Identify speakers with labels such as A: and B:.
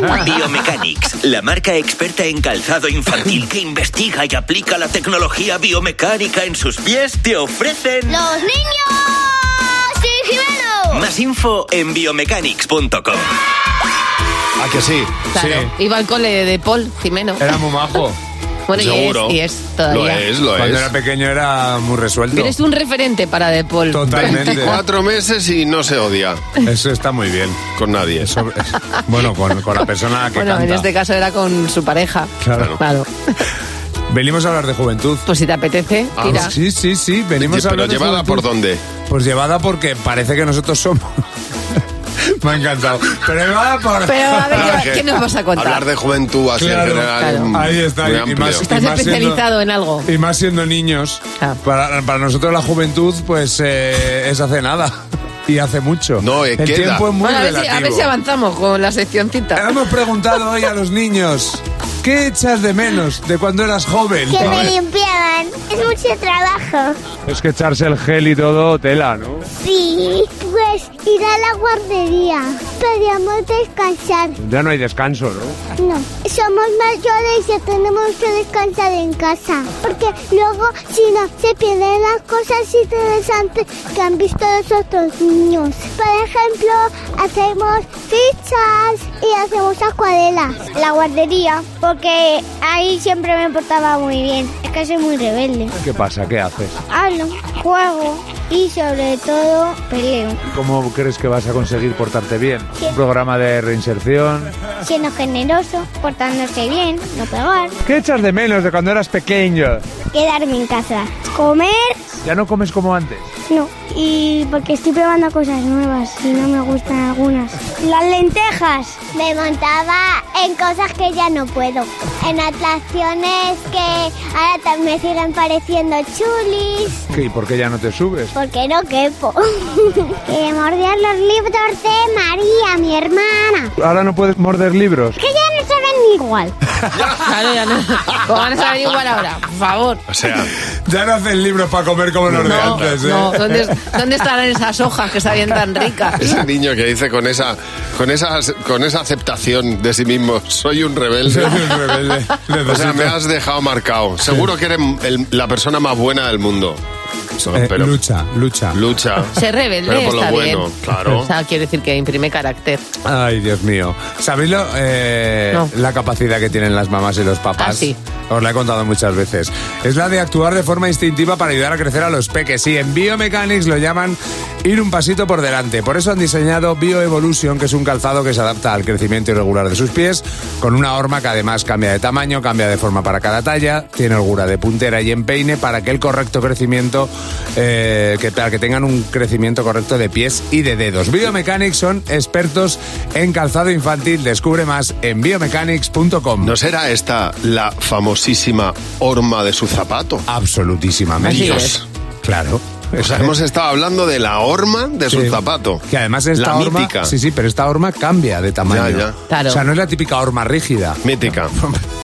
A: Biomechanics, la marca experta en calzado infantil que investiga y aplica la tecnología biomecánica en sus pies, te ofrecen
B: ¡Los niños! ¡Sigimeno!
A: más info en biomechanics.com.
C: ¿A Ah, que sí?
D: Claro,
C: Sí.
D: iba al cole de Paul Jimeno.
C: Era muy majo.
E: Pues
D: Bueno, y es,
E: Seguro.
D: y es todavía.
E: lo
C: Cuando era pequeño era muy resuelto.
D: Eres un referente para De Paul.
C: Totalmente.
E: Cuatro meses y no se odia
C: Eso está muy bien.
E: con nadie.
C: Eso es- bueno, con, con la persona que
D: Bueno, en
C: canta.
D: este caso era con su pareja.
C: Claro. Venimos a hablar de juventud.
D: Pues si te apetece,
E: Ah,
D: tira.
C: Sí, sí, sí. Venimos a
E: Pero
C: hablar de
E: llevada
C: juventud.
E: por dónde?
C: Pues llevada porque parece que nosotros somos. Me ha encantado. Pero llevada por.
D: Pero a ver, ¿qué-
E: que
D: ¿qué nos vas a contar?
E: Hablar de juventud así
C: Claro,
E: en general.
D: claro.
E: mm,
C: Ahí está,
E: muy
C: y- y
E: amplio.
C: más-
D: Estás
C: y más
D: especializado en algo.
C: Y más siendo niños.
D: Ah.
C: Para, para nosotros la juventud, pues, eh, es hace nada. Y hace mucho.
E: No, eh,
C: El
E: queda.
C: tiempo es muy
D: Bueno, a ver, si, a
C: relativo.
D: ver si avanzamos con la seccioncita.
C: Hemos preguntado hoy a los niños. ¿Qué echas de menos de cuando eras joven?
B: Que me limpiaban. Es mucho trabajo.
F: Es que echarse el gel y todo, tela, ¿no?
B: Sí. Pues ir a la guardería. Podíamos descansar.
F: Ya no hay descanso, ¿no?
B: No. Somos mayores y ya tenemos que descansar en casa. Porque luego, si no, se pierden las cosas interesantes que han visto los otros niños. Por ejemplo, hacemos fichas y hacemos acuarelas. La guardería. Porque ahí siempre me portaba muy bien. Es que soy muy rebelde.
F: ¿Qué pasa? ¿Qué haces?
B: Hablo, juego y sobre todo peleo.
F: ¿Cómo crees que vas a conseguir portarte bien? ¿Un programa de reinserción?
B: Siendo generoso, portándose bien, no pegar.
F: ¿Qué echas de menos de cuando eras pequeño?
B: Quedarme en casa. Comer
F: ¿Ya no comes como antes?
B: No, y porque estoy probando cosas nuevas y no me gustan algunas. Las lentejas. Me montaba en cosas que ya no puedo. En atracciones que ahora ta- me siguen pareciendo chulis.
F: ¿Qué, ¿Y por qué ya no te subes?
B: Porque no quepo. que mordían los libros de María, mi hermana.
F: Ahora no puedes morder libros.
B: Que ya no saben igual.
D: Claro, ya no. ¿Cómo van a saber igual ahora? Por favor.
E: O sea,
C: Ya no hacen libros para comer como los de
D: No,
C: antes, ¿eh?
D: no. ¿Dónde, es- dónde estarán esas hojas que sabían tan ricas?
E: ese niño que dice con esa, con esa, con esa aceptación de sí mismo, soy un
C: Soy
E: rebelde.
C: un rebelde.
E: O sea,
C: Necesito-
E: me has dejado marcado. Seguro que eres el- la persona más buena del mundo. Solo,
C: Eh,
E: pero
C: Lucha, lucha.
E: lucha.
D: Se rebelde,
E: Pero por lo
D: está
E: bueno,
D: bien.
E: claro.
D: O sea, quiere decir que imprime carácter.
C: Ay, Dios mío. ¿Sabéis lo, eh,
D: No.
C: la capacidad que tienen las mamás y los papás?
D: Ah, sí.
C: Os la he contado muchas veces. Es la de actuar de forma instintiva para ayudar a crecer a los peques. Sí, en Biomechanics lo llaman ir un pasito por delante. Por eso han diseñado Bioevolution, que es un calzado que se adapta al crecimiento irregular de sus pies, con una horma que además cambia de tamaño, cambia de forma para cada talla, tiene holgura de puntera y empeine para que el correcto crecimiento, eh, que, para que tengan un crecimiento correcto de pies y de dedos. Biomechanics son expertos en calzado infantil. Descubre más en biomechanics.com.
E: ¿No será esta la famosísima horma de su zapato?
C: Ah, Absolutísimamente.
D: Así es.
C: Claro.
E: O sea, hemos estado hablando de la horma de su
C: pues Sí.
E: zapato.
C: Que además esta
E: la
C: horma.
E: mítica.
C: Sí, sí, pero esta horma cambia de tamaño.
E: Ya, ya.
D: Claro.
C: O sea, no es la típica horma rígida.
E: Mítica.